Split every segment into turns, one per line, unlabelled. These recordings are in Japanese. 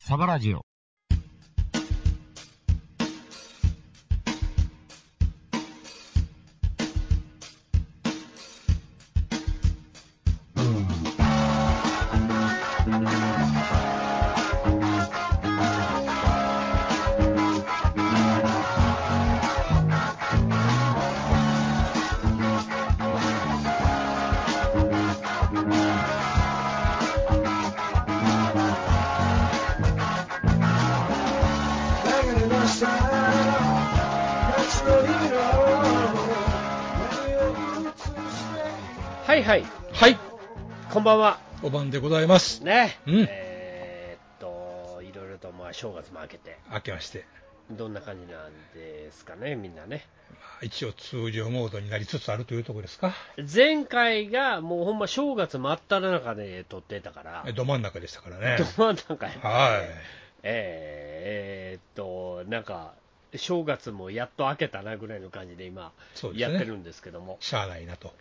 サバラジオ。
はいはい、
はい、
こんばんは。
お晩でございます。
ね、
うん
えーっと、いろいろとまあ正月も明けて、
明けまして、
どんな感じなんですかね、みんなね。
まあ一応通常モードになりつつあるというところですか。
前回がもうほんま正月真っ只中で撮ってたから、
ど真ん中でしたからね
ど。真ん中やった
は
えーえーっと、なんか、正月もやっと明けたなぐらいの感じで今
そう、です
や
ね
ってるんですけども、
い。しゃあないなと。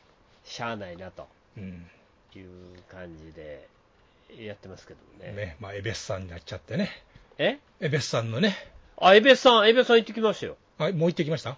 しゃあないなと
うん。
いう感じでやってますけどね。
ね、まあ、エベスさんになっちゃってね。
え
エベスさんのね、
あ、エベさん、エベさん行ってきましたよ。
あもう行ってきました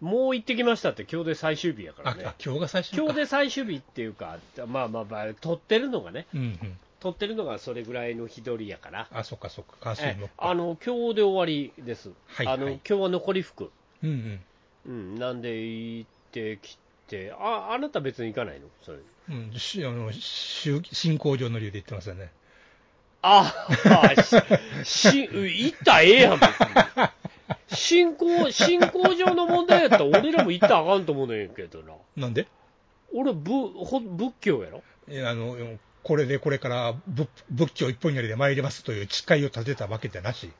もう行ってきましたって、今日で最終日やか
あ
ら
あ
ね。
今日が最初か
今日で最終日っていうか、まあまあまあ、撮ってるのがね、
うんうん。
撮ってるのがそれぐらいの日取りやから、
あ、そっかそっか、関水
え
も
え。あの今日で終わりです、
はい
あの
はい
今日は残り服、
うんうん。
うん、なんで行ってきて、ああなた別に行かないのそれ
うん、しあの宗信仰上の理由で言ってますよね。
ああ、し、し行ったらええやん、別に。信仰、信仰上の問題やったら、俺らも行ったらあかんと思うねんけどな。
なんで
俺、ぶ、ほ、仏教やろ
えあのこれでこれから仏仏教一本やりで参りますという誓いを立てたわけじゃなし。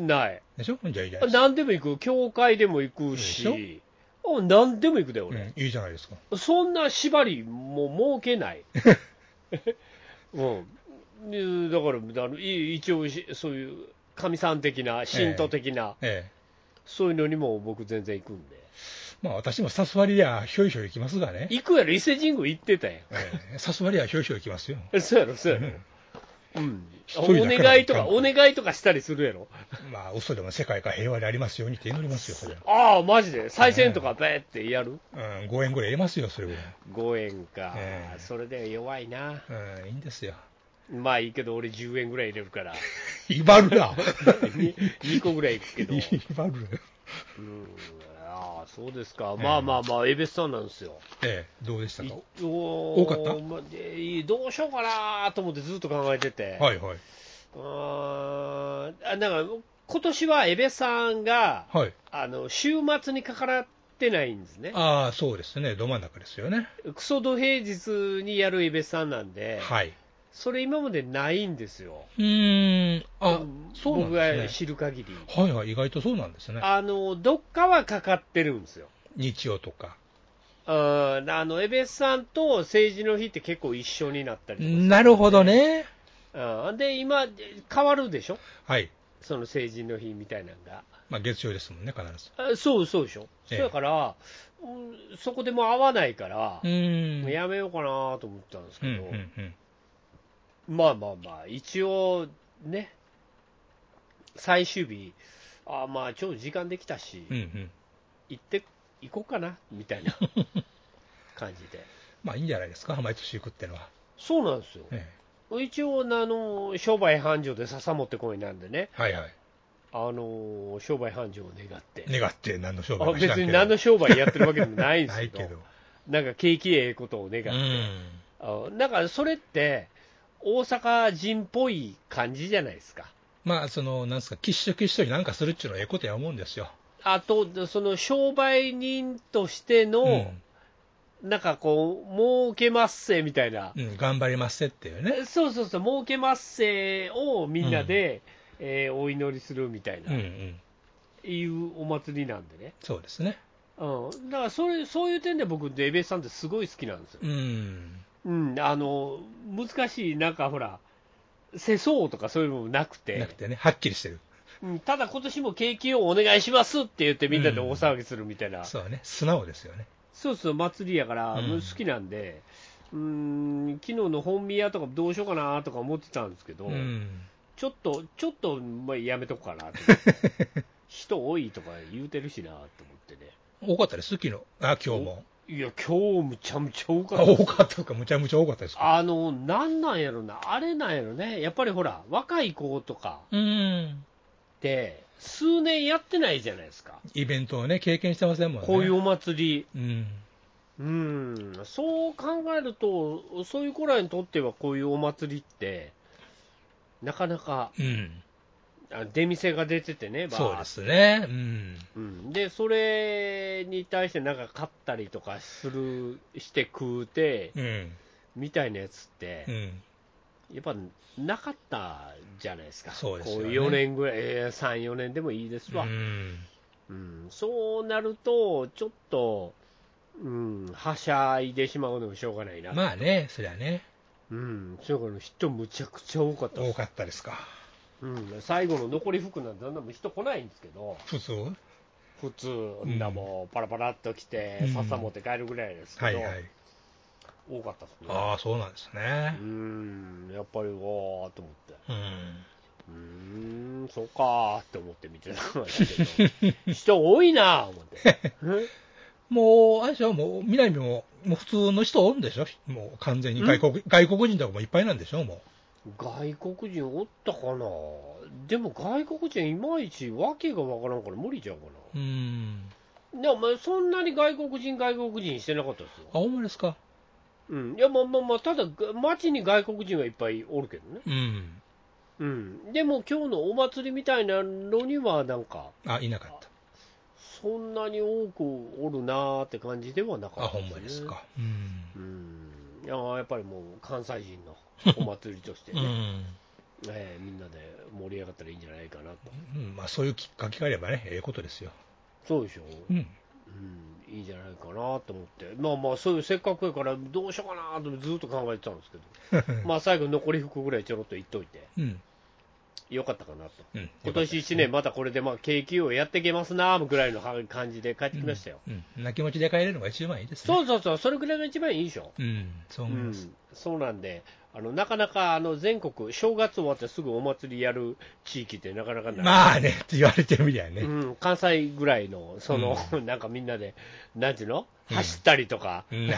ない。
でしょじゃあいいじゃないですか
何でも行く、教会でも行くし、お何でも行くだよ、
う
俺、
ん、いいじゃないですか。
そんな縛りもう設けない、うん、でだからあのい一応、しそういう神さん的な、神道的な、
え
そういうのにも僕、全然行くんで、
え。まあ私もさすわりやひょいひょい行きますがね。
行くやろ、伊勢神宮行ってたや
ええさすわりやひょいひょい行きますよ。
ん、 そうやろ、そうやろ
うん。
うん、
一
お
人だけ
願いと
な
か、
んか
お願いとかしたりするやろ、
まあ嘘でも世界が平和でありますようにって祈りますよ、それ
ああ、マジで、再選とか、べーってやる、
は。うん、5円ぐらい入れますよ、それぐらい。
5円か、
ええ
それで弱いな。
うん、いいんですよ。
まあいいけど、俺10円ぐらい入れる から、
威張るな。
に2個ぐらいいくけど、う
威
ん、
張るな。
ああ、そうですか、まあまあまあ、エベスさんなんですよ。
ええ、どうでしたか
多
かった
まあ、でどうしようかなと思ってずっと考えてて、
はいはい。
うーんあなんか今年はエベさんが
はい。
あの週末にかからってないんですね、
ああ、そうですね。ど真ん中ですよね。
クソ土平日にやるエベさんなんで、
はい。
それ今までないんですよ、
うーん、あ、そうなん
僕が
ですね。
知る限り。
はいはい、意外とそうなんですね。
あのどっかはかかってるんですよ。
日曜とか。
うんあの、エベスさんと政治の日って結構一緒になったりとかす
なるほどね。
うんで、今、変わるでしょ
はい。
その成人の日みたいなのが。
まあ月曜ですもんね、必ず。
あそうそうでしょ、
ええ
そうやから、うんそこでもう会わないから、
うーん。
もうやめようかなと思ったんです
うん
けど、
うんうん。
まあまあまあ、一応ね、最終日、あまあ、ちょっと時間できたし、
うんうん、
行って、行こうかな、みたい な感じで。
まあいいんじゃないですか、毎年行くってのは。
そうなんですよ。
え
一応、あの商売繁盛で笹持ってこいなんでね、
えはいはい。
あの商売繁盛を願って、
願って何の商
あ
売
別に何の商売やってるわけでもないんで
な
すけ
い
ど、
けど。
なんか景気ええことを願っ
う
て、
ん。
あなんかそれって、大阪人っぽい感じじゃないですか、
まあ、その、なんですか、きっしょきっしょになんかするっちゅうのはええことや思うんですよ。
あと、その商売人としての、なんかこう、儲けますせみたいな、
うん、うん頑張りますせっていうね。
そうそうそう、儲けますせをみんなで、えーお祈りするみたいな、
うんうん。
いうお祭りなんでね。
そうですね。
うん、だからそれそういう点で僕、デベスさんってすごい好きなんですよ、
うん。
うん、あの難しい、なんかほら、世相とかそういうのもなくて、
なくてね、はっきりしてる。
うん、ただ今年も景気をお願いしますって言って、みんなで大騒ぎするみたいな、そう
そうね、素直ですよね。
そう、祭りやから、
うん
もう好きなんで、うーん、昨日の本宮とかどうしようかなとか思ってたんですけど、
うん。
ちょっと、ちょっと、まあ、やめとこうかなと人多いとか言うてるしなと思ってね。
多かったです、昨日。あ、今日も。
いや、今日むちゃむちゃ多か
あ
った。
多かったか、むちゃむちゃ多かったですか。
あの、なんなんやろな、あれなんやろね。やっぱりほら、若い子とか
うん。
って、数年やってないじゃないですか。
イベントをね、経験してませんもんね。
こういう
う。
お祭り。
うん。
うん、そう考えると、そういう子らにとってはこういうお祭りって、なかなか、
うん。
あ出店が出ててね、バーッと
そうですね。うん。
うん、で、それに対してなんか買ったりとかする、して食うて、
うん。
みたいなやつって
う、ん。
やっぱなかったじゃないですか。
そうですよね
こ4年ぐらい、えー3、4年でもいいです
う
わ。
ん。
うんそうなると、ちょっと、うん、はしゃいでしまうのもしょうがないな。
まあね、そりゃね、
うん、そうか、人むちゃくちゃ多かったで
多
す。
かったですか。
うん、最後の残り服なんてだんだん人来ないんですけど、
普通は
普通、んなもうパラパラっと来て
う、ん
さっさ持って帰るぐらいです
いは
け
い
ど、。多かったですね。
ああ、そうなんですね
う。ん、やっぱり、わーと思って。
う
うー
ん。
ん、そうかーって思って見てたんだけ ど、人多いなー思って。
もう、あれでしょ、もう、南も、もう普通の人おるんでしょもう完全に外国、外国人とかもいっぱいなんでしょも
外国人おったかなでも外国人いまいち訳がわからんから無理ちゃうか
う。うん。
な。でもまあそんなに外国人外国人してなかったですよ。
あ、ほんまですか。
うん。いやまあまあまあ、ただが街に外国人はいっぱいおるけどね。
うん。
うん。でも今日のお祭りみたいなのにはなんか、
あ、いなかった。
そんなに多くおるなーって感じではなか
あ、
った
ほ
ね
んまです。か。うん。
うん。いややっぱりもう関西人 のお祭りとして
う
ね。
ん。
ええみんなで盛り上がったらいいんじゃないかなと。
うんまあ、そういうきっかけがあればね、ええことですよ。
そうでしょ
うん。
うん、いいんじゃないかなと思って、まあまあ、そういうせっかくやから、どうしようかなとずっと考えてたんですけど、 まあ最後、残り服ぐらいちょろっと言っといて、
うん。
よかったかなと、
うん。
今年1年、またこれでまあ景気をやっていけますなぐらいの感じで帰ってきましたよ。
うん。泣き持ちで帰れるのが一番いいですね。
そうそうそう、それぐらいが一番いいでしょ。
うん。そう
う
思いま
ん
す。、
そうなんで、あのなかなかあの全国、正月終わってすぐお祭りやる地域ってなかなかない、
まあね、って言われてみりゃね。
うん、関西ぐらいの、その、なんかみんなで、なんていうの、走ったりとか、
うん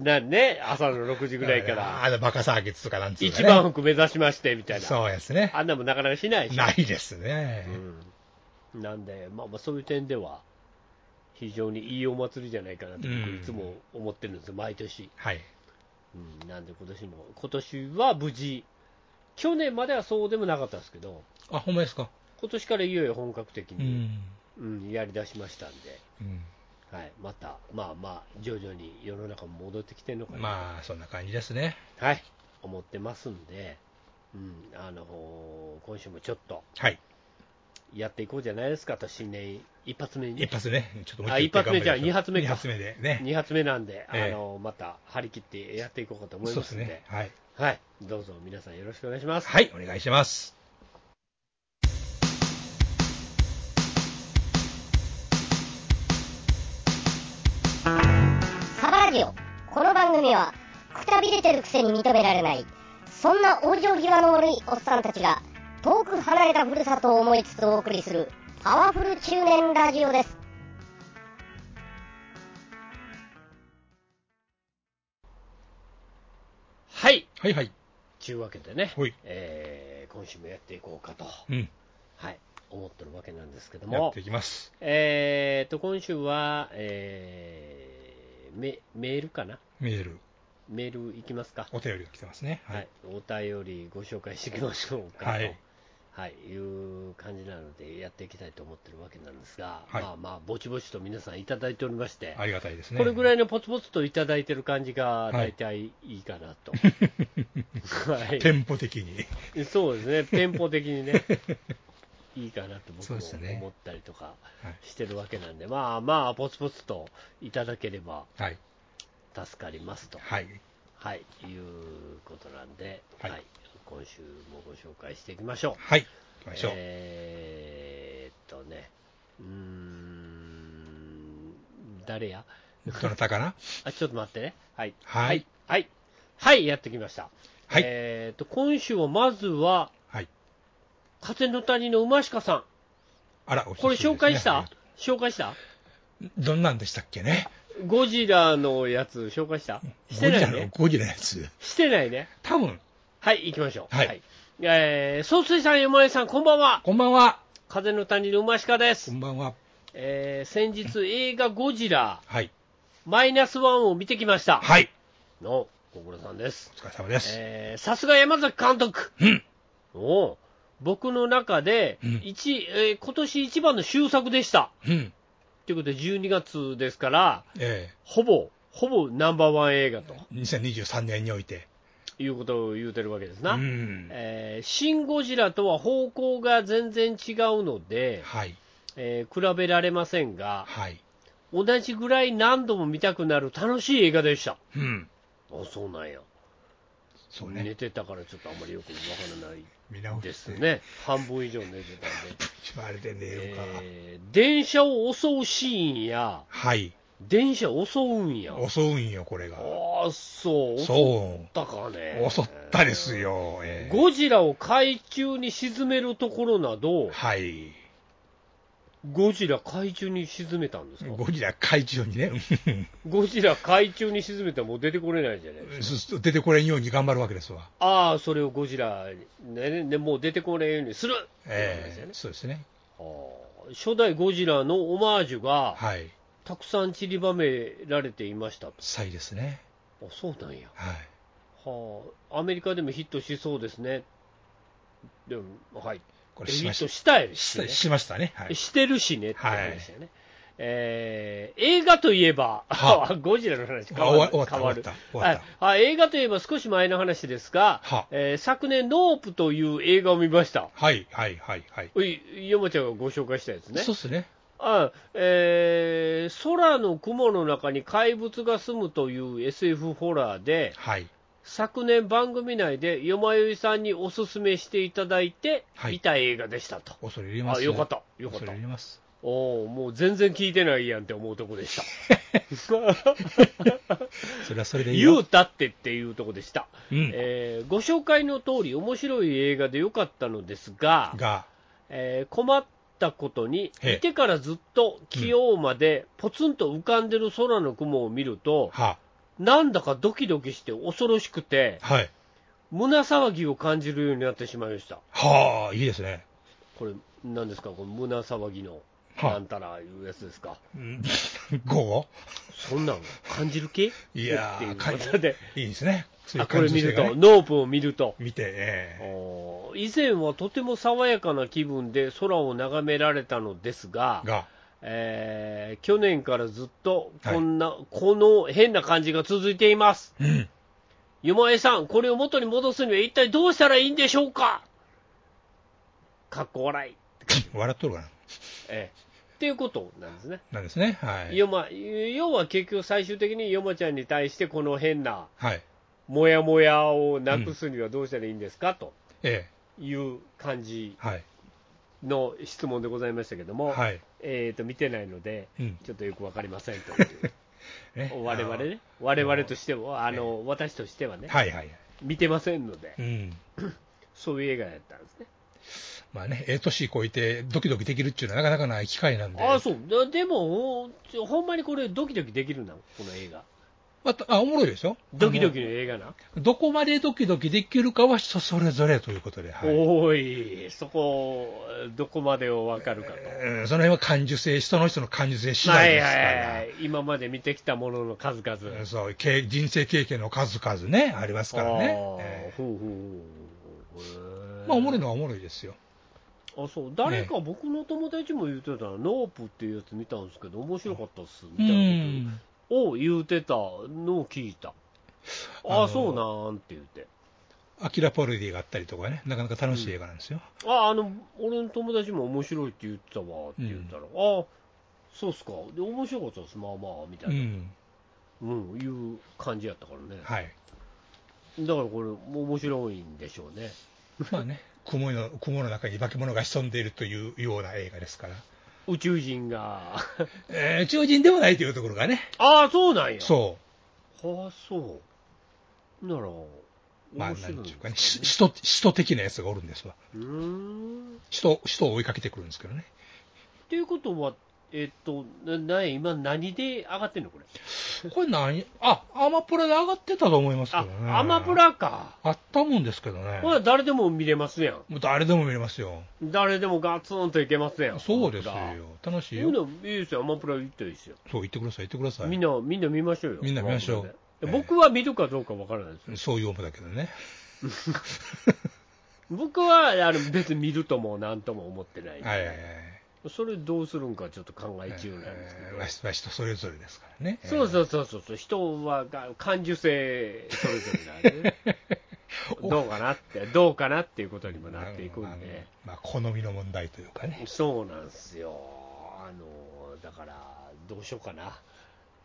なね、朝の6時ぐらいから、
あの、バカサーキットとかなんつうか、
一
ね。
番福目指しましてみたいな、
そうですね。
あんなもなかなかしないし、
ないですね。
うん、なんで、まあ、まあそういう点では、非常にいいお祭りじゃないかなって、僕、
うん
いつも思ってるんですよ、毎年。
はい。
うん、なんで、今年も、今年は無事、去年まではそうでもなかったんですけど、
あ、ほんまですか。
今年からいよいよ本格的
う
に、
ん。
うん、やりだしましたんで。
うん
はい、また、まあまあ、徐々に世の中も戻ってきてるのかな、
まあ、そんな感じですね。
はい、思ってますんで、うん、あの今週もちょっと
はい。
やっていこうじゃないですか、と新年一発目に、
一発ね。ちょっともう
あ一発目じゃあ二発目か
二発目でね。
二発目なんで、あ
ええ
のまた張り切ってやっていこうかと思
そう
い
で
ますすんで、
ね。はい。
はい、どうぞ皆さんよろしくお願いします。
はい、お願いします。
サバラジオこの番組はくたびれてるくせに認められないそんな往生際の悪いおっさんたちが遠く離れたふるさとを思いつつお送りするパワフル中年ラジオです
はい、
はいはい。
ちゅうわけでね、
はい
えー今週もやっていこうかと、
うん。
はい、思ってるわけなんですけど
やっ
も
て、いきます。
えーと、今週は、えーメメールかな
メール、
メールいきますか、
お便りが来てますね。
は
はい
い。、お便りご紹介していきましょうかと、
は
はいいいう感じなので、やっていきたいと思ってるわけなんですが、
はい
まあまあ、ぼちぼちと皆さんいただいておりまして、
ありがたいですね。
これぐら
い。
いのポツポツといただいてる感じが、
は
大
い
体いいかな と、はい
店舗的に。
そうですね、テンポ的に ね、いいかなと僕
そう
も
ですね
思ったりとか
はい
してるわけなんで、まあまあ、ポツポツといただければ
はい。
助かりますと。
はい。
はい、いうことなんで、
は
はいい今週もご紹介していきましょう。
はい。行きましょう。
えー、っとね、うーん、誰や
どなたかな
あ、ちょっと待ってね。はい。
はい。
はい。はい、やってきました。
はい
えっ、と、今週はまずは、
はい。
風の谷の馬鹿さん。
あら、お久
これ
ぶりですね
紹介し
あ
た
り
紹介した
がとうどんなんでしたっけね。
ゴジラのやつ紹介したし
ゴ
てな
ジラ
い
の
ね。
ゴジラのやつ。
してないね。
多分、
はい、行きましょう。
はい
えー、総帥さん、山根さん、こんばんは。
こんばんは。
風の谷の馬鹿で
こ
す。
んばんは。
えー、先日映画ゴジラ、
はい。
マイナスワンを見てきました。
はい。
の、ご苦労さんです
お。疲れ様です。
えーさすが山崎監督。
うん
おう僕の中で
うん
一、えー今年一番の終作でした。
うん。
ということで、12月ですから、
え
ほぼ、ほぼナンバーワン映画と
え2023年において。
いうことを言うてるわけです
う
な。
ん。
えーシン・ゴジラとは方向が全然違うので、
はい。
えー比べられませんが、
はい。
同じぐらい何度も見たくなる楽しい映画でした。
うん。
あ、そうなんや。
そうね。
寝てたからちょっとあんまりよくわからない
見直して
です。ね。半分以上寝てたんで。
あれで寝ようか。
えー電車を襲うシーンや、
はい。
電車を襲うんや。
襲うんよ、これが。
ああ、そう、襲っ
そ
たかね。
う。襲ったですよ。ええ
ゴジラを海中に沈めるところなど、
はい。
ゴジラ海中に沈めたんですか
ゴジラ海中にね、
ゴジラ海中に沈めたらもう出てこれないじゃないですか。
出てこれんように頑張るわけですわ。
ああ、それをゴジラに、ねね、もう出てこれんようにするってことですよ
ええ
ね
そうですね。
ああ初代ゴジラのオマージュが
はい。
たくさん散りばめられていましたと。
才ですね。
あそうなんや。
はい。
はあ、アメリカでもヒットしそうですね。でも、はい。
これ
ヒ
しま
ッ
し
ト
た。
したやし、ね
ししましたね。はい。
してるしねって
はい
話ですよね。えー映画といえば、
は
ゴジラの話変
あ終わ
わる
終わった、
変
終
わ
わっ
る
た。終わっ
ああ映画といえば少し前の話ですが、
は
えー昨年、ノープという映画を見ました。
た。はい、はい、はい、はい。
おい山ちゃんがご紹介したやつね
そうですね。
あ、えー空の雲の中に怪物が住むという SF ホラーで、
はい。
昨年番組内でよまよいさんにおすすめしていただいて、
はい
見た映画でしたと。
恐れ入りま
あ
す。
よかった、よかっ
恐れ
た
入。ります。
おお、もう全然聞いてないやんって思うとこでした。
それはそ れでいいよ。
言うたってっていうとこでした。
うん
えーご紹介の通り、面白い映画でよかったのですが、
が、
えー困ったことに、
ええ
見てからずっと起用までポツンと浮かんでる空の雲を見ると、
は、
なんだかドキドキして恐ろしくて、
はい。
胸騒ぎを感じるようになってしまいました。
はあ、いいですね。
これ、何ですか、この胸騒ぎの、
は
なんたらいうやつですか。
うん 午後
そんなん感じる系
いや
ってい
ー、
うことで、
いいですね。そうい
あ
う
こ
感
れ
じ
見
の
る
人がね
と、ノープを見ると。
見て、え
おー以前はとても爽やかな気分で空を眺められたのですが
え、が、
えー去年からずっと
はい
こんな、この変な感じが続いています。
うん。
ゆまえさん、これを元に戻すには一体どうしたらいいんでしょうかかっこ笑い。
笑っとるかな。
ええっていうことなんですね。
なんですね。はい。
よま、要は結局最終的にヨマちゃんに対してこの変な
はい。
モヤモヤをなくすにはどうしたらいいんですか、と
え
いう感じ
え、はい。
の質問でございましたけども、
はい。
えー、と見てないので、
うん。
ちょっとよくわかりませんという、
ね
我々ね、我々としても、あの私としては
あ
ね
の、はいはい。
見てませんので
う、ん。
そういう映画やったんですね。
まあね、ええ年超えてドキドキできるっていうのはなかなかない機会なんで。
ああ、そう、だでもほん、ほんまにこれ、ドキドキできるな、この映画。
またあ、おもろいでしょ
ドキドキの映画な。
あのどこまでドキドキできるかは人それぞれということで。はい。
おーい、そこ、どこまでをわかるかと。
うんその辺は感受性、人の人の感受性次
は
第
い
ですか
は
ら。
いはい、今まで見てきたものの数々。
そう経人生経験の数々ね、ありますからね。え
あーほうほうほう
え
へー
まあ、おもろいのはおもろいですよ。
あそう誰か僕の友達も言うてたな、ノープっていうやつ見たんですけど、面白かったっす
う。
みたいなんことを言うてたのを聞いた、
あ
あ
の
あ、そうなんって言って、
アキラパロディがあったりとかね、なかなか楽しい映画なんですよ。
ああの俺の友達も面白いって言ってたわって言ったら、ああ、そうっすか、で面白かったです、まあまあみた
うん。
いな、うんいう感じやったからね、
はい。
だからこれ、面白いんでしょうね。
まあね、雲の雲の中に化け物が潜んでいるというような映画ですから。
宇宙人が
えー、宇宙人ではないというところがね。
ああそうなんや
そ
はあそうなら
まあ、
面
な
白い
んちゅうかね、し使徒、使徒的なやつがおるんですわ。
うーん。っ
使徒、使徒を追いかけてくるんですけどね。
ていうことは、えっと、な、な今何で上がってんのこれ。
これ何、あ、アマプラで上がってたと思いますけど
あ
ね。、
アマプラか。
あったもんですけどね。
ほら、誰でも見れますやん。
もう誰でも見れますよ。
誰でもガツンといけますやん。
そうですよ
ほら。
楽しい
みん
よ。
な、いいですよ、アマプラ行ったらいいですよ。
そう、言ってください、言ってください。
みんな、みんな見ましょうよ。
みんな見ましょう
アマプ
え
ラで
え
僕は見るかどうかわからないですよ。
そういう思いだけどね。
僕は、あの、別に見るともなんとも思ってないんで。
はいはいはい。
それどうするんかちょっと考え中なんですけ
え
ど
ー。まあ、人それぞれですからね。
そう
う。
そうそうそうそう、人はが感受性それぞれなんで、 どうかなって、どうかなっていうことにもなっていく
あ
ん
の
で、
まあ、好みの問題というかね。
そうなんですよ、あのだから、どうしようかな、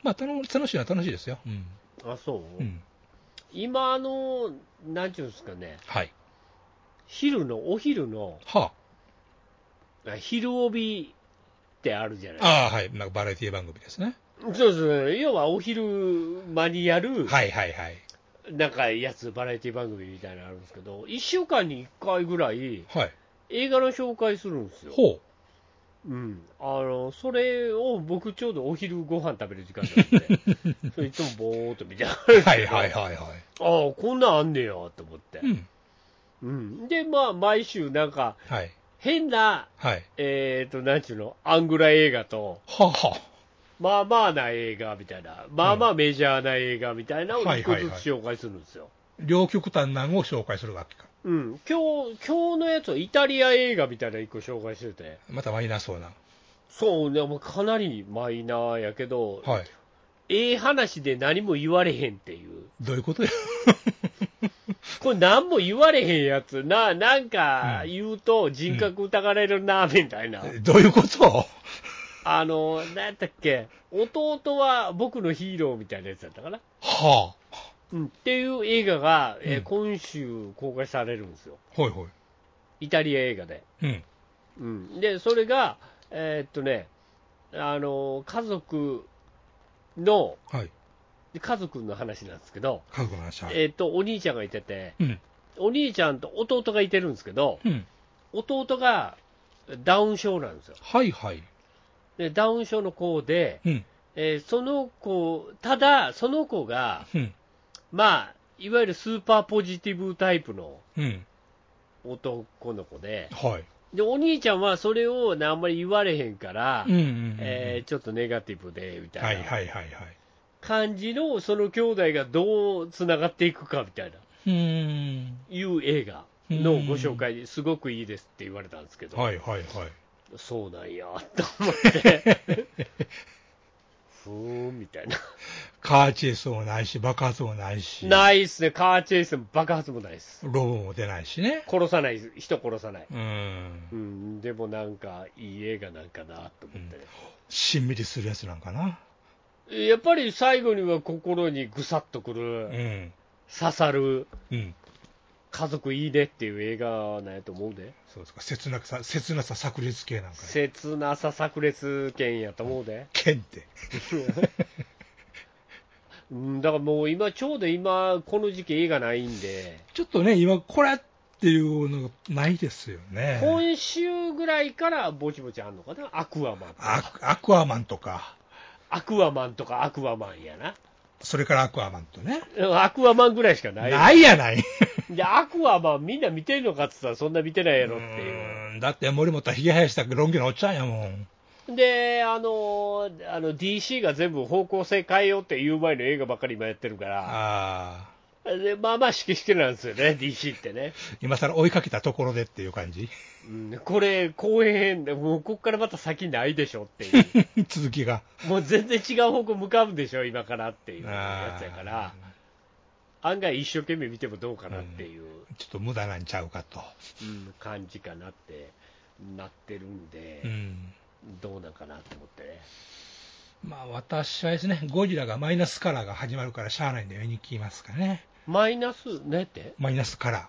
まあ、楽楽しいのは楽しいですよ。うん。
あそう、
うん。
今、あの、なんていうんですかね、
はい。
昼の、お昼の、
は
あ昼帯ってあるじゃない
あ。ああ、はい。なんかバラエティ番組ですね。
そうそう、要はお昼間にやる、
はいはいはい。
なんかやつ、バラエティ番組みたいなのあるんですけど、1週間に1回ぐらい、
はい。
映画の紹介するんですよ。
ほう。
うん、あのそれを僕、ちょうどお昼ご飯食べる時間なん で、それいつもぼーっと見てはるんです
は
け
い
ど
はいはいは
ああ、こんなんあんねやと思って
い。う、ん。
うん、で、まあ、毎週、なんか、
はい。
変な、
はい。
えっ、と、なんちゅうの、アングラ映画と、
はあは
まあまあな映画みたいな、まあまあメジャーな映画みたいなのを
はい
一
は
個
い
ず
はい
つ紹介するんですよ。
両極端なのを紹介するわけか。
うん、今日今日のやつはイタリア映画みたいな一個紹介してて、
またマイナーそうな。
そう、でもかなりマイナーやけど、
はい。
ええ話で何も言われへんっていう、
どういうことや
これ、何も言われへんやつ、ななんか
うん
言うと人格疑われるな、みたいな、
どういうこと
あの、なんやったっけ、弟は僕のヒーローみたいなやつだったかな、
はあ。
うん、っていう映画が、えー
うん
今週公開されるんですよ、
ほいほい。
イタリア映画で。
うん。
うん、で、それが、えーっとね、あの家族の、
はい。
家族の話なんですけど、
家族の話。はい
えーっと、お兄ちゃんがいてて、
うん。
お兄ちゃんと弟がいてるんですけど、
うん。
弟がダウン症なんですよ。
はいはい。
でダウン症の子で、
うん。
えーその子、ただ、その子が、
うん。
まあ、いわゆるスーパーポジティブタイプの
うん。
男の子で、
はい。
でお兄ちゃんはそれをねあんまり言われへんから、
うんうんうん。
えーちょっとネガティブでみ
は
た
い
いな
はいはいはい。
感じの、その兄弟がどうつながっていくかみたいな、
うーん。
いう映画のご紹介ですごくいいですって言われたんですけど、
はいはいはい。
そうなんや、と思って。ふーん、みたいな。
カーチェイスもないし、爆発もないし、
ないっすね。カーチェイスも爆発もないっす。
ロボも出ないしね。
殺さないっす。人殺さない。
うー。
うんん、でもなんか、いい映画なんかな、と思ってね、
しんみりするやつなんかな。
やっぱり最後には心にぐさっとく
う
る、
ん。
刺さる、
うん。
家族いいねっていう映画なんやと思うで。
そうですか。切なさ、切なさ炸裂系なんかね。
切なさ炸裂剣やと思うで。
剣って。
うん、だからもう今、ちょうど今、この時期映画ないんで。
ちょっとね、今、これっていうのがないですよね。
今週ぐらいからぼちぼちあんのかな、アクアマン。
アクアクアマンとか、
アクアマンとかアクアマンやな。
それからアクアマンとね。
うんアクアマンぐらいしかない。
ないやない。
で、アクアマンみんな見てんのかって言ったらそんな見てないやろっていう。
うんだって森本はひげ生やしたロン毛のおっちゃんやもん。
で、あのー、あの DC が全部方向性変えようっていう前の映画ばっかり今やってるから、
あ
でまあまあ、しきしきなんですよね、DC ってね。
あ、今更追いかけたところでっていう感 じ。
うん、これ、後編で、もうこっからまた先ないでしょっていう。
続きが。
もう全然違う方向向かうんでしょ、今からっていうやつやから。案外一生懸命見てもどうかなっていう、
ちょっと無駄なんちゃうかと。
うん感じかなってなってるんで、
うん。
どうなんかなと思ってね。
まあ私はですね、ゴジラがマイナスカラーが始まるからしゃあないんで見に来ますかね。
マイナス、ねって
マイナスカラー。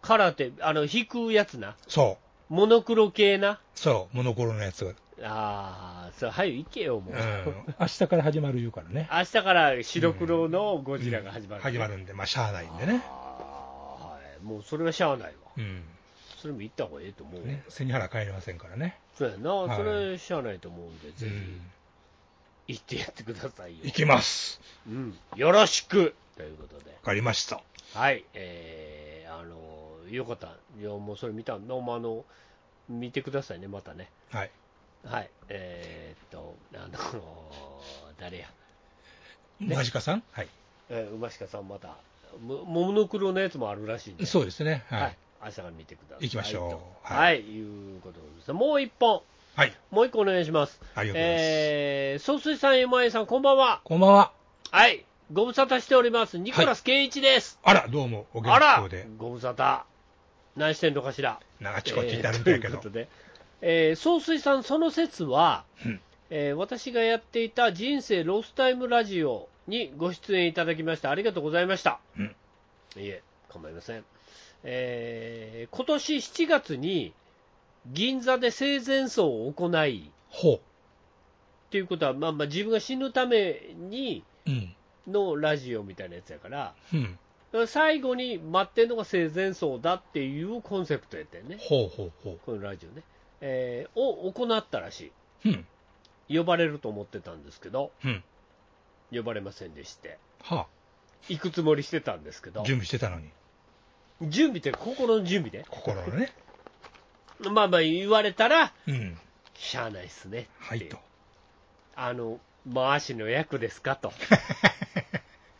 カラーって、あの、引くやつな。
そう。
モノクロ系な。
そう。モノコロのやつが。
ああ、そう、早い行けよ、もう。
うん。明日から始まる言うからね。
明日から白黒のゴジラが始まる、
始ま。るんで、まあしゃあないんでね。
あもうそれはしゃあないわ。
うん。
それも行った方がええと思うわ。
ね、背に腹変えれませんからね。
そうやな、
はい
それしゃあないと思うんで、
う
ぜ
ん。
ひ行ってやってくださいよ
行。きます。
うん、よろしくということで。
わかりました。
はい、えー、あの、よかった。いや、もうそれ見た、どうもあの、見てくださいね、またね。
はい。
はい、えー、っと、あの、 誰や、
マジカさんはい。
えー、馬鹿さんまた、もモノクロのやつもあるらしいんで、
そうですね。
は
はいい。、
朝から見てください。
行きましょう
とは
はい
い、いうことです。もう一本、
はい。
もう一個お願いします。
ありがとうございます。
えー、総帥さん、今井さん、こんばんは。
こんばんは。
はい、ご無沙汰しております、ニコラス圭一です。
あら、どうも、お元
あ
気
ら
そうで。、
ご無沙汰。何してんのかしら。
長ちこっちにな
えー
る
と
みた
い
いうけ
こ
ど
と。で、えー総帥さん、その説は、
うん
えー私がやっていた人生ロスタイムラジオにご出演いただきまして、ありがとうございました。
うん
いえ、構いません。えー今年7月に銀座で生前葬を行い、
ほ
ということは、まあ、まあ自分が死ぬために
う。うん。
のラジオみたいなやつやから、
うん。
最後に待ってんのが生前葬だっていうコンセプトやったよね。
ほうほうほ
このラジオね、えーを行ったらし
う。うん。
い、呼ばれると思ってたんですけど、
うん。
呼ばれませんでして、
は
行くつもりしてたんですけ
あ
ど、、
準備してたのに。
準備って、心の準備で、
心のね。
まあまあ言われたら、
うん。
しゃあないっすね、
はいと。
あの、回しの役ですか と、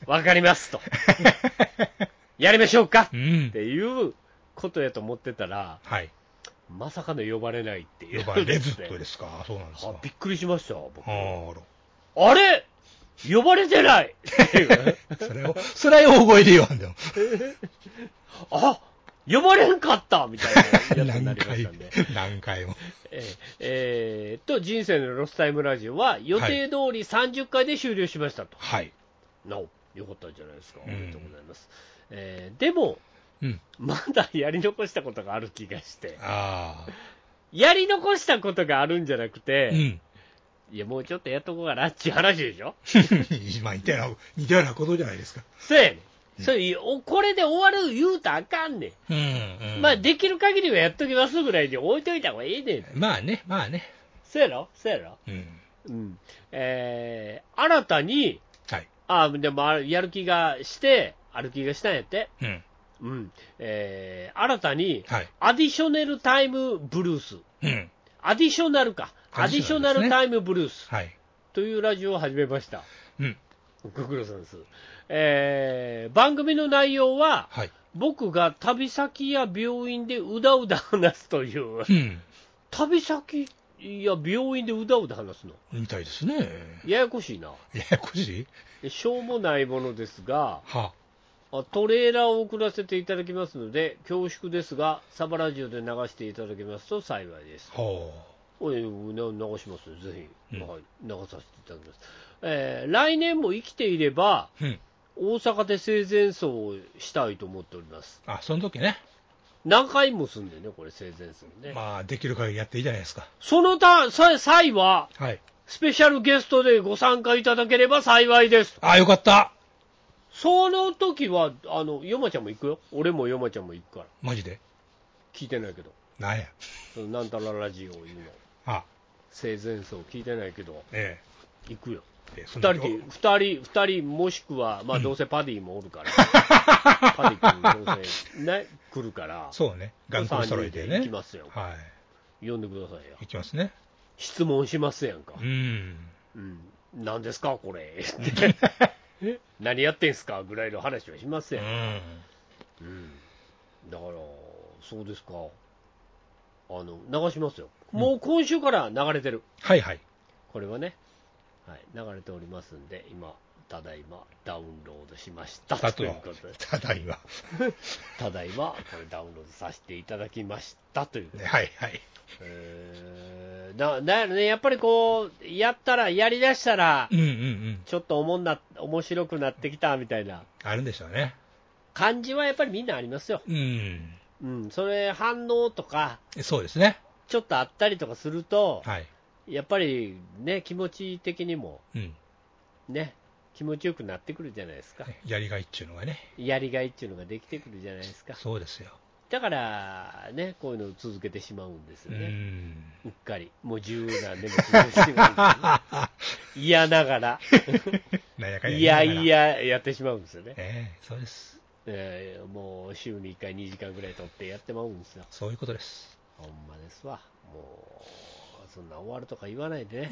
わかりますと、やりましょうか
う
っ
ん。
ていうことやと思ってたら、
はい。
まさかの呼ばれないっていう、
呼ばれずっとですか。そうなんですか
あ。びっくりしました、僕。
あら。
あれ呼ばれてないっていう。
それを、それは大声で言わんでも。
あ呼ばれんかったみたいなやつにな
何
りまし
回
たんで。、
何回も。
えーえーと、人生のロスタイムラジオは予定通り30回で終了しましたと。
はい。
なお、よかったんじゃないですか。お
うん
めでとうございます。えーでも、
うん。
まだやり残したことがある気がして、
あ
やり残したことがあるんじゃなく
あ。
て
う、ん。
いや、もうちょっとやっとこうかなっていう話でしょ。
今似たような、似たようなことじゃないですか。
そうやねん。それ、おこれで終わる言うたらあかんねん。
うん。うん
まあ、できる限りはやっときますぐらいに置いといた方がいいねん。
まあね、まあね。
そうやろそうやろ
うん。
うん。えー、新たに、
はい。
あでも、あやる気がして、ある気がしたんやって。
うん。
うん。えー、新たに、
はい。
アディショナルタイムブルース。
うん。
アディショナルか。ア
ア
デ
デ
ィ
ィ
シ
シ
ョ
ョ
ナ
ナルですね
ルタイムブルース。
はい。
というラジオを始めました。
うん。
ご苦労さんです。えー、番組の内容は、
はい。
僕が旅先や病院でうだうだ話すという。
うん。
旅先いや病院でうだうだ話すの
みたいですね。
ややこしいな
ややこしい
しょうもないものですが
は。
あトレーラーを送らせていただきますので恐縮ですがサバラジオで流していただけますと幸いです
ほ
おいな流しますよぜひ、
うん
はい、流させていただきます、えー来年も生きていれば
う。うん。
大阪で生前葬をしたいと思っております
あ、その時ね。
何回もすんでねこれ生前葬ね、
まあ、できる限りやっていいじゃないですか。
その他さ際は
はい。
スペシャルゲストでご参加いただければ幸いです
あ、よかった。
その時は、あの、ヨマちゃんも行くよ。俺もヨマちゃんも行くから。
マジで。
聞いてないけど。
なんや。
そのなんたらラジオいうの。
あ、
生前奏聞いてないけど、
え
行くよ。
え。ええそ
二
んな
人で、二人、二人もしくは、まあどうせパディもおる から。パディ君どうせ、ね、来るから。
そうね。眼光揃えて
三
ね。
人で行きますよ
は
呼んでくださいよ
い。。行きますね。
質問しますやんか
う。ん。
うん。何ですかこ れ。ってえ何やってんすかぐらいの話はします
う
やん。
ん。
うん、だから、そうですか、あの流しますよ、もう今週から流れてる、
はいはい。
これはね、はい、流れておりますんで、今、ただいま、ダウンロードしました
だ
と
と
いうことで、
ただいま。
ただいま、これ、ダウンロードさせていただきましたということ
ね
で、
はいはい。
えーななんやろね、やっぱりこう、やったら、やりだしたら
う、んうんうん。
ちょっとおもんな面白くなってきたみたいな
あるんでしょうね。
感じはやっぱりみんなありますよ、
うん。
うん、それ、反応とか、
そうですね。
ちょっとあったりとかすると、
はい。
やっぱりね、気持ち的にも
うん。
ね、気持ちよくなってくるじゃないですか。
やりがいっていうのがね、
やりがいっていうのができてくるじゃないですか。
そうですよ。
だから、ね、こういうのを続けてしまうんです
う
よね。
ん。
うっかり。もう十何年も続けてしまうんですよね嫌ながら。
なんやかん
い
や
や
言いないがら。
ややってしまうんですよね。
ねえそうです。
えーもう週に1回2時間ぐらい取ってやってまうんですよ。
そういうことです。
ほんまですわ。もう、そんな終わるとか言わない でね。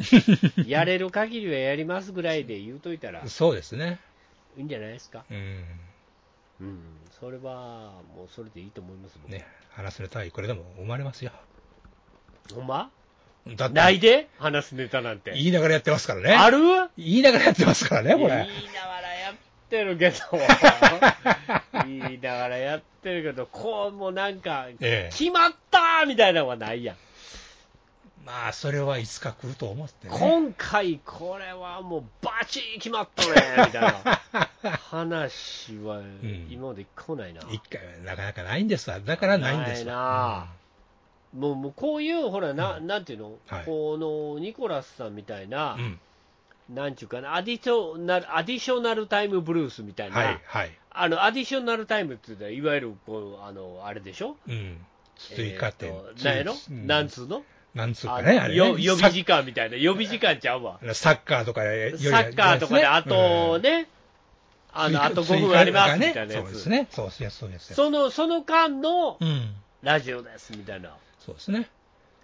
やれる限りはやりますぐらいで言うといたらい
そうですね。
いんじゃないですか。
うん。
うん。それは、もうそれでいいと思います、僕。
ね、話すネタいくらでも生まれますよ。
ほんま
だって、
ないで話すネタなんて。
言いながらやってますからね。
ある
言いながらやってますからね、
言い
こ
ながら
れ。
やってる けど。言いながらやってるけど、こうもうなんか、
ええ
決まったーみたいなのはないやん。
まあ、それはいつか来ると思ってね。
今回、これはもうバチー決まったねみたいな 話は
ん
今まで一個もないな、
一回はなかなかないんですわ。だからないんです
ない
わ
な。もうもうこういう、ほら、ななんていうの、
はい
このニコラスさんみたいな
う、ん。
なんちゅうかなアディショナル、アディショナルタイムブルースみた
う
い
ん
な、
はい、はい。
あのアディショナルタイムっていうのは、いわゆるこうあのあれでしょ、
うん。追加点
えー。となんやろ、
うん
なんつうの、
なんつう
あ
か
の
ね、あれね。
よ予備時間みたいな、予備時間ちゃうわ。
サッカーとかよりは
サッカーとかで、あと、ね、あ のあと5分ありますみたいなや
そうで
つ、
すね。そうですね。そうですね。
そのその間の
うん。
ラジオですみたいな
そうですね。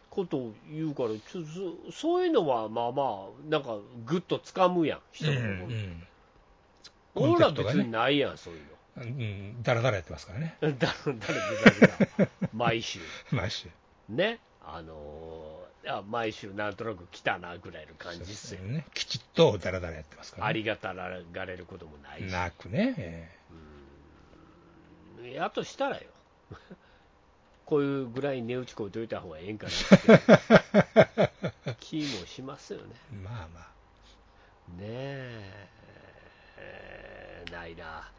ことを言うから、ちょそそういうのはまあまあ、なんかぐっとつかむやん、人
う
の
ん
心、
うん
俺ら
コンセプトが
別
ね
にないやん、そういう
うん。うん。だらだらやってますからね。
の。だ 誰だだ毎週、
毎週。
ね、あのーあ毎週なんとなく来たなぐらいの感じっすよ。
ね。きちっとだらだらやってますから
あ
ね。
りがたがれることもないし。
なくね。え
やとしたらよ、 こういうぐらい値打ちこいといた方がええんかなって気もしますよね。
えまあまあ。
ねええー、ないな。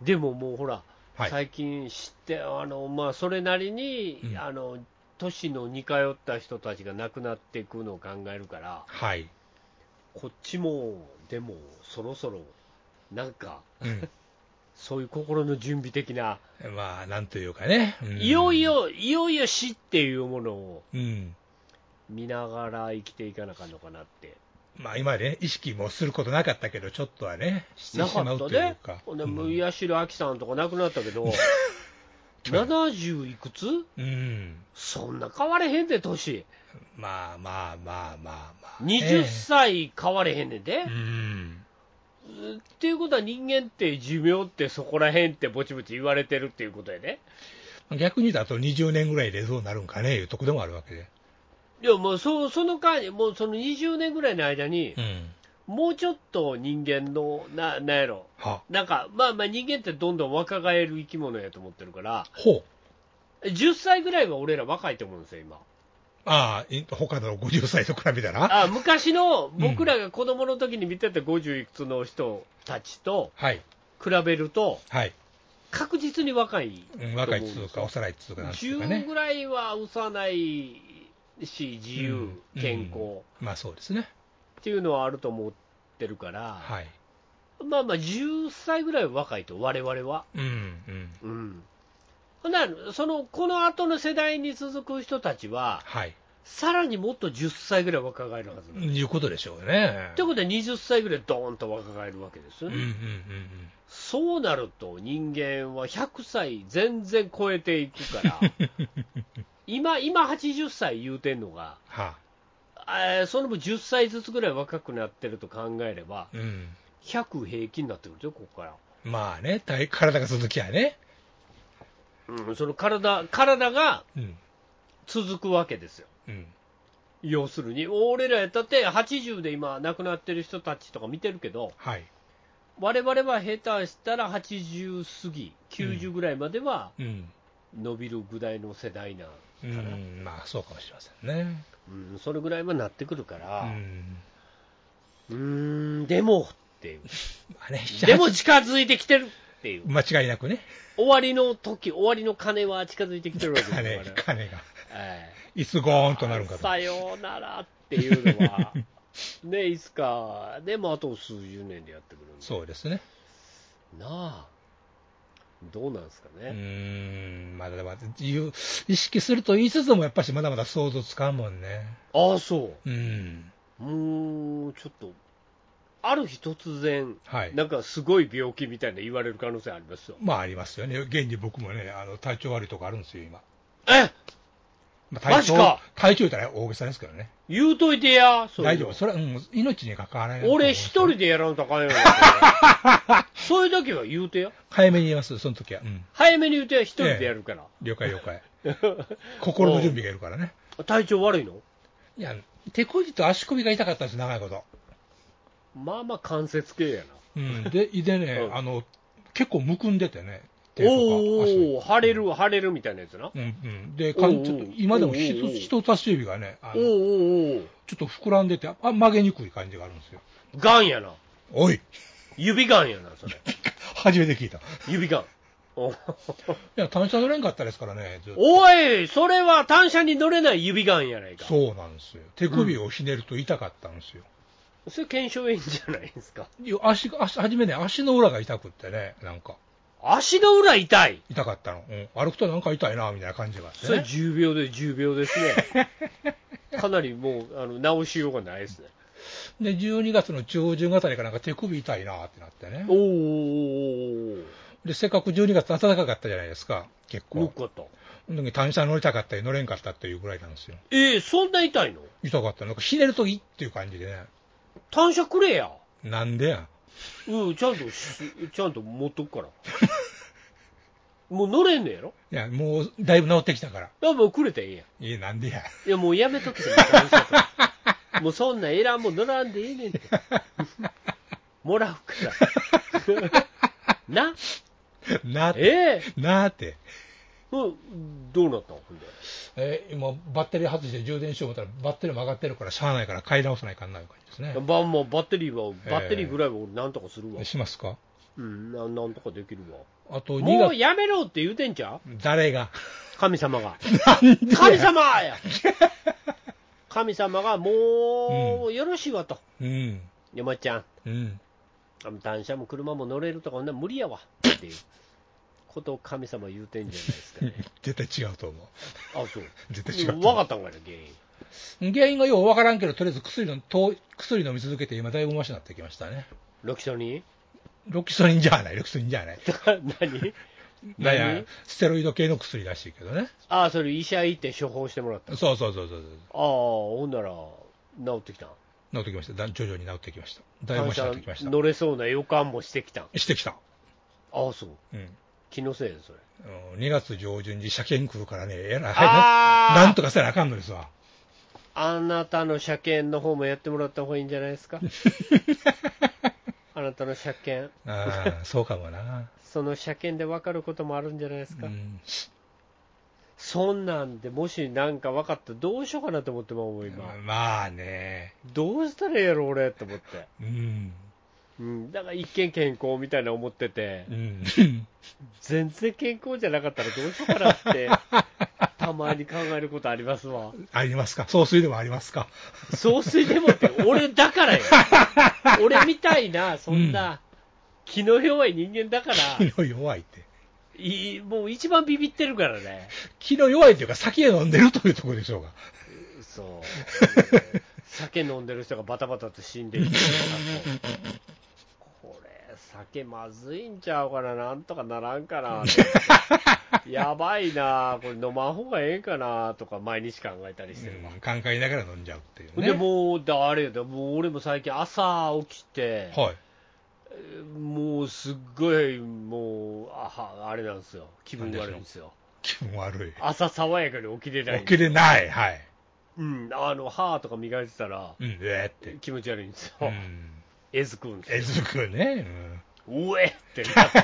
でももうほら、
はい
最近知って、あのまあ、それなりに、
うん
あの都市の似通った人たちが亡くなっていくのを考えるから、
はい。
こっちも、でも、そろそろ、なんか、
うん。
そういう心の準備的な。
まあ、なんというかね。うん
いよい。よ、いよいよ死っていうものを
うん。
見ながら生きていかなあかんのかなって。
まあ今までね、意識もすることなかったけど、ちょっとはね、し て
な
し
か
ま
っ
う
た
という
ね
か。。
ほんで、
うん
むやしろあきさんとか亡くなったけど、70いくつ
うん。
そんな変われへんで、年。
まあまあまあまあまあ。
20
歳
歳変われへんねんで
う。ん。
っていうことは人間って寿命ってそこらへんってぼちぼち言われてるっていうことやね。
逆に言うと、あと20年ぐらいでどうなるんかね、いうとこでもあるわけで。
いや、もうそその間に、もうその20年ぐらいの間に、
うん。
もうちょっと人間の、な、なんやろ、
は。
なんか、まあまあ人間ってどんどん若返る生き物やと思ってるから、
ほう。
10歳ぐらいは俺ら若いと思うんですよ、今。
ああ、い他の50歳と比べたら。
あ昔の僕らが子供の時に見てた50いくつの人たちと
はい。
比べると、
はい。
確実に若いと
う
思うんん
若い
ですよ
通貨、幼い通貨なんていうか
10
ね
ぐ。らいは幼いし、自由、
うん
健
う
康
まあそうですね。
っていうのはあると思ってるから、
はい。
まあまあ10歳ぐらいは若いと、我々は。
うん、うん。
うん、ほんならそのこの後の世代に続く人たちは、
はい。
さらにもっと10歳ぐらい若返るはずなんです。
いうことでしょうね。
ということは20歳ぐらいドーンと若返るわけですよ
うん
ね、
うんうんうん。
そうなると人間は100歳全然超えていく から今今80歳言うてんのが
は
えーその分10歳ずつぐらい若くなってると考えれば
うん。
100平均になってくるでしょここから、
まあね、体体が続きはね。
うん、その体体が
うん。
続くわけですよ
うん。
要するに俺らやったって80で今亡くなってる人たちとか見てるけど
はい。
我々は下手したら80過ぎ90ぐらいまでは
うん。
伸びるぐらいの世代な、
うん、まあそうかもしれませんね。
うん、それぐらいはなってくるか
う
ら、
ん。
うーん、でもって いう、
まあね、
でも近づいてきてるっていう、
間違いなくね。
終わりの時終わりの鐘は近づいてきてるわ け
金
だから、
金が。
え
いつゴーン
え
となるんかと。
さようならっていうのは、 ね、いつか、でもあと数十年でやってくるんで、
そうですね。
なあ、どうなんですか
う
ね、
ーん、まだまだ、言う意識すると言いつつも、やっぱしまだまだ想像つかんもんね。
ああ、そ
うん。
う、もうちょっと、ある日突然、
はい。
なんかすごい病気みたいな言われる可能性ありますよ。
まあ、ありますよね。現に僕もね、あの、体調悪いとこあるんですよ、今。
えマ
まあ、体
ジ
調
か、
体調言ったら大げさですけどね。
言うといてや、そういうの
大丈夫。それは、うん、命に関わらないと思うん
俺
です
一
けど。
人でやらんとあかん よな、そういう時は言うてや、
早めに言います、その時は。うん。
早めに言うてや、一人でやるから、
了解 了解。心の準備がいるからね。
体調悪いの
いや、手こぎと足首が痛かったんです、長いこと。
まあまあ関節系やな。
うん。で、でね、
うん
あの、結構むくんでてね、手とか足
おお、
が
腫れる、腫れるみたいなやつな。
うんうん、で、かんちょっと今でも
おうおうおう
人人差し指がねあ
おう
の、
おうおう、
ちょっと膨らんでて、あ曲げにくい感じがあるんですよ。
がんやな。
おい、
指がんやな、それ。
初めて聞いた。い
指がん。お
や、単車乗れんかったですからね、ずっと
おい、それは単車に乗れない指がんやないか。
そうなんですよ。手首をひねると痛かったんですよ。
それ、検証炎じゃないですか。
いや足が、足、初めね、足の裏が痛くってね、なんか、
足の裏痛い。
痛かったの。うん、歩くとなんか痛いな、みたいな感じがあって
それ
ね。
10秒で10秒ですね。 かなりもう、あの、直しようがないですね。
で、12月の中旬あたりかなんか手首痛いなってなってね
お。ー
で、せっかく12月暖かかったじゃないですか、結
おー、よ
構。
かった。
なのに単車乗りたかったり乗れんかったっていうぐらいなんですよ。
えー、そんな痛いの
痛かった。なんかひねるといいっていう感じでね。
単車くれや。
なんでや。
うん、ちゃんとし、ちゃんと持っとくから。 もう乗れんのやろ
いや、もうだいぶ治ってきたから。
いやもうくれたらええやん。
いや、なんでや。
いや、もうやめとけと思って話だからもうそんなエラーも乗らんでええ ねんって。もらう から。な
な、
ええ
なーって。
うんどうなったんほんで。
えー今、バッテリー外して充電しようと思ったら、バッテリーも上がってるから、しゃあないから買い直さないかんない感じですね。
ばまあ、バッテリーは、バッテリーぐらいは俺なんとかするわ。
しますか
うん、ななんとかできるわ。
あと2
もう
月、
やめろって言うてんちゃう
誰が
神様 が。
なんでや
神様や神様がもうよろしいわと。
うん。
山ちゃん、
うん。
あの単車も車も乗れるとか、こんな無理やわっていうことを神様言うてんじゃないですかね。
絶対違うと思う。
あ、そう。
絶対違うと
分
思
かったんかいな、原因。
う。原因がようわからんけど、とりあえず薬の、と薬飲み続けて、今だいぶマシになってきましたね。
ロキソニン
ロキソニンじゃない、ロキソニンじゃない。
何
だや
何、
ステロイド系の薬らしいけどね。
ああ、それ医者行って処方してもらった。あ
そうそうそうそうそう。
あ、ほんなら、治ってきたん。
治ってきました。だ徐々に治ってきました。だい
単
ぶマシにな
車
ってきました。
乗れそうな予感もしてきたん。
してきた。
ああ、そう。
うん。
気のせいで、それ。
2月上旬に車検来るからね、えらい
あー
な、なんとかせなあかんのですわ。
あなたの車検の方もやってもらった方がいいんじゃないです かあなたの車検、
ああ、そうかもな。
その車検で分かることもあるんじゃないです
う
か、
ん。
そんなんでもしなんか分かったらどうしようかなと思ってまうもん今、
まあね。
どうしたらええやろ俺と思って、
うん。
うん、だから一見健康みたいな思ってて
うん。
全然健康じゃなかったらどうしようかなってたまに考えることありますわ
ありますか総水でもありますか
総帥でもって俺だから よ俺みたいなそんな、気の弱い人間だから
気の弱いって。
いいもう一番ビビってるからね。
気の弱いというか、酒飲んでるというところでしょうが。
そう。酒飲んでる人がバタバタと死んでいく。これ、酒まずいんちゃうかな、なんとかならんか な。やばいな、これ飲まん方がええかな、とか毎日考えたりしてるわ。
うん、考えながら飲んじゃうっていうね。
でもう、だあれだ、もう俺も最近朝起きて、
はい。
もうすっごい、もう、あはあれなんですよ。気分悪いんですよ。
気分悪い。
朝爽やかに起きれないんで
起きれない。はい。
うん、あの、歯とか磨いてたら、
うん、えーって。
気持ち悪いんです
う
よ。
ん。
えずくんですよ
えずくね。うん
うえってなって、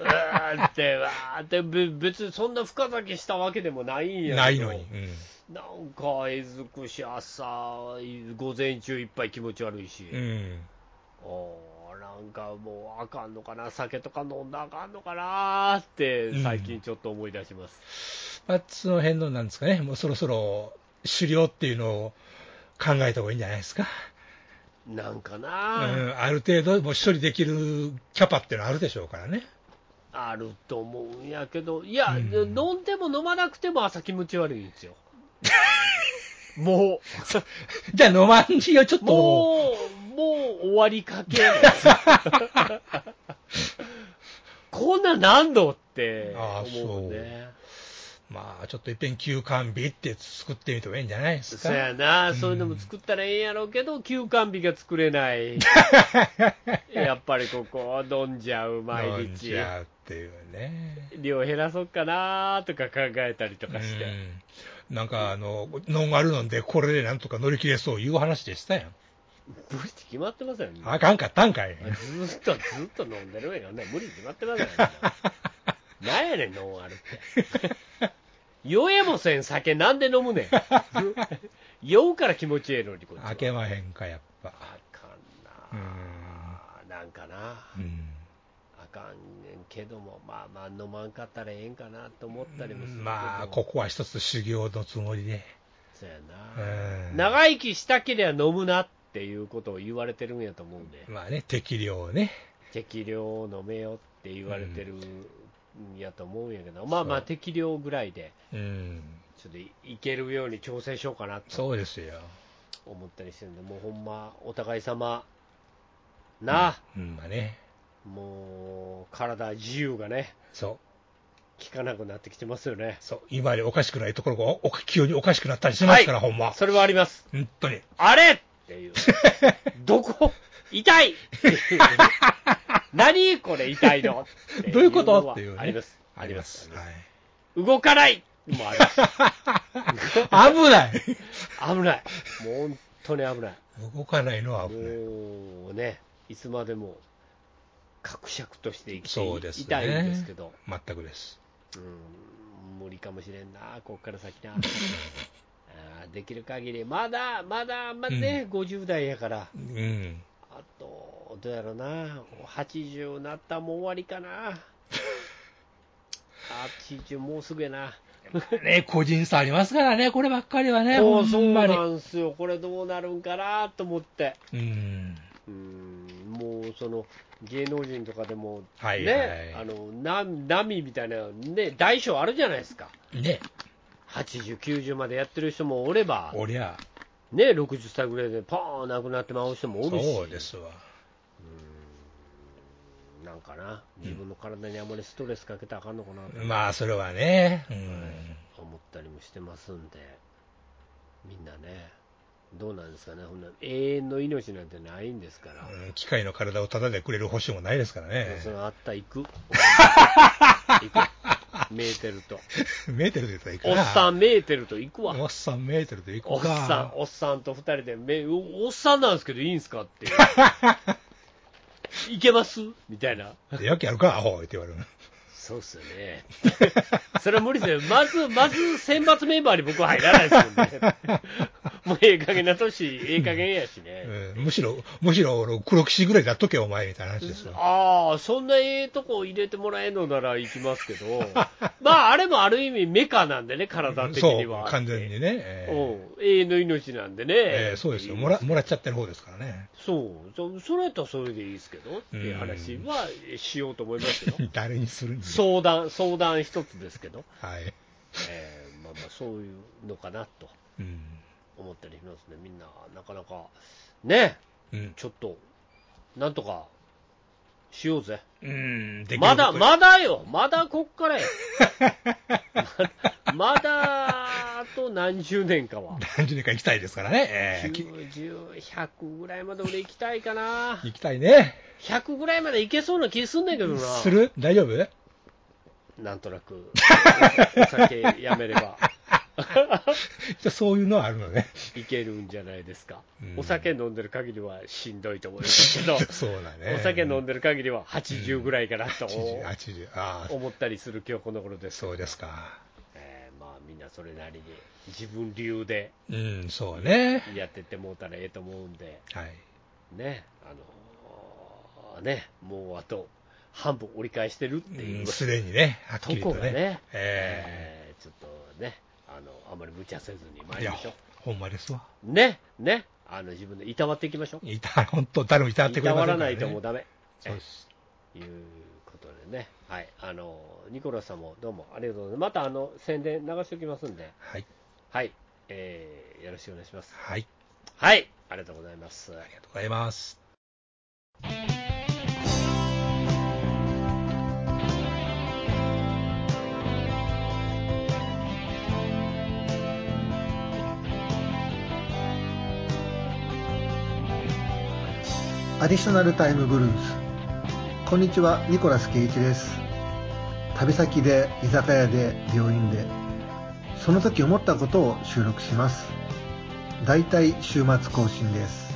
うわーって、わーって、べ別にそんな深酒したわけでもないんやけど
ないのに。うん
なんか、えずくし、朝、午前中いっぱい気持ち悪いし、
うん。
おーなんかもうあかんのかな、酒とか飲んだらあかんのかなーって、最近ちょっと思い出します。
まあ、その辺のなんですかね、もうそろそろ狩猟っていうのを考えた方がいいんじゃないですか。
なんか
う
な、
ん、ある程度、もう処理できるキャパっていうのはあるでしょうからね。
あると思うんやけど、いや、
うん
飲んでも飲まなくても朝気持ち悪いんです よ。も
じゃあ、飲まんじよ、ちょっ
う、
と
もう、も
も
う終わりか け。こんなん何度って
ああ
思うね。
う、 まあ、ちょっといっぺん休館日って作ってみてもいいんじゃないですか。
そやな、
ん
そういうのも作ったらええんやろうけど、休館日が作れ ない。やっぱりここ、飲んじゃう、毎
飲ん
日
じ。ゃうっていうね。
量減らそうかなとか考えたりとかして。
うんなんか、あの、ノンアル飲んで、これでなんとか乗り切れそういう話でしたやん。
無理って決まってませんよね。
あかんかったんかい。
ずっとずっと飲んでるんやね。無理に決まってますからね。なんやねん、ノンアルって。酔えもせん酒なんで飲むねん。酔うから気持ちええのに、こっちは。
開けまへんか、やっぱ。
あか
うんん。
な。なんかな。
うん
あかんねんけども、まあまあ飲まんかったらええんかなと思ったりもするけど。
まあ、ここは一つ修行のつもりで。
そうや
うん
な。長生きしたけりゃ飲むなっていうことを言われてるんやと思うんで。
まあね、適量をね。
適量を飲めよって言われてるんやと思うんやけど、まあまあ適量ぐらいで、
うん。
ちょっといいけるように調整しようかなと
そうですよ。
思ったりしてるんで、もうほんま、お互い様な、
うん、まあね。
もう体自由がね、
そう。
効かなくなってきてますよね。
そう。今よりおかしくないところがお、お急におかしくなったりしますから、ほんま。
それはあります。
本当に。
あれって いう。どこ痛いっていう何これ痛いのって
どういうことっていうね。
あります。
あります。
ありま
は
す動かないもあります。
い。 危ない。
危ない。もう本当に危ない。
動かないのは危ない。
もうね、いつまでも、格尺として生きてい,、
そうですね。
たいんですけど、。
全くです。
うん、無理かもしれんな、こっから先な。あーできる限り、まだ、まだ、まだね、50代やから、
うん。
あと、どうやろな、80なったらもう終わりかな。80もうすぐやな。
ね、個人差ありますからね、こればっかりはね。
そ
ほ
うそうん
まに。
なんすよ、これどうなるんかなと思って。
うん。
うーんもうその芸能人とかでも、ね
はいはい
あのな波みたいな、ね、大小あるじゃないですか、
ね、
80、90までやってる人もおれば、
おりゃ、
ね、60歳ぐらいでパーン亡くなってまう人もおるし、
そうですわ。
なんかな、自分の体にあまりストレスかけたらあかんのかなと
まあ、それはね。うん。
思ったりもしてますんで、みんなね、どうなんですかね、ほんな永遠の命なんてないんですから。
うん機械の体をただでくれる保証もないですからね。
そのあった行 く行くメーテルと
メーテルで行くか
お
な。
っさ
ん。
んメーテルと行くわ
おっさんメーテルで行
おっ
くか。
さんおっさんと二人でめおおっさんなんですけどいいんすか っていういけますみたいな
でやけやるか、アホって言われる。
そうっすよね それは無理ですよまずまず選抜メンバーに僕は入らないです もんねもうええ加減な年ええ加減やしね、
うんむしろ、むしろ俺黒騎士ぐらいだっとけ、お前みたいな話ですよ。
ああ、そんなええとこ入れてもらえるのなら行きますけ ど、まあ、あれもある意味メカなんでね、体的
そ
に
う
は。、
完全にね。えー
うん、永遠の命なんでね。
えーそうですよもら。もらっちゃってる方ですからね。
そう、そそれやったらそれでいいですけどっていう話はしようと思いますよ。
誰にするんです
相談、相談一つですけど、
はい。
えーまあまあ、そういうのかなと
うん。
思ったりしますね。みんな、なかなか、ね、
うん。
ちょっと、なんとかしようぜ。
うん、できること
まだ、まだよ、まだこっからよ。 まだ、あと何十年かは。
何十年か行きたいですからね。 えーき
90、100ぐらいまで俺行きたいかな。
行きたいね。
100ぐらいまで行けそうな気すんねんけどな。
する大丈夫
なんとなく。お酒やめれば。
じゃあそういうのはある のね。
いけるんじゃないですか
うん。
お酒飲んでる限りはしんどいと思いますけど、
そうだね。
お酒飲ん
で。
でる限りは80ぐらいかなと
80、80。ああ、
思ったりする今日この頃です。
そうですか。
えーまあみんなそれなりに自分流で
うん、そうね。
やってってもうたらええと思うんで、
はい。
ね、あのーね、もうあと半分折り返してるっていうう、
んすでにね、はっき
と
り
ことが
ね。
ね、え
え
ーちょっとね、あの、あんまり無茶せずに
え
参
い
り
や
ましょ、
ほんまですわ。
う。ね、ね、あの自分でいたわっていきましょう。
いた、 本当誰もいたわって
い
くれ
た
ま
わ
せ
ら
んか
な
ら、ね。
いともうダメ。
そうです。
いうことでね、はい、あの、ニコラスさんもどうもありがとうございます。また、あの、宣伝流しておきますんで、
はい。
はい、えーよろしくお願いします。
はい。
はい、ありがとうございます。
ありがとうございます。
アディショナルタイムブルースこんにちはニコラス圭一です旅先で居酒屋で病院でその時思ったことを収録しますだいたい週末更新です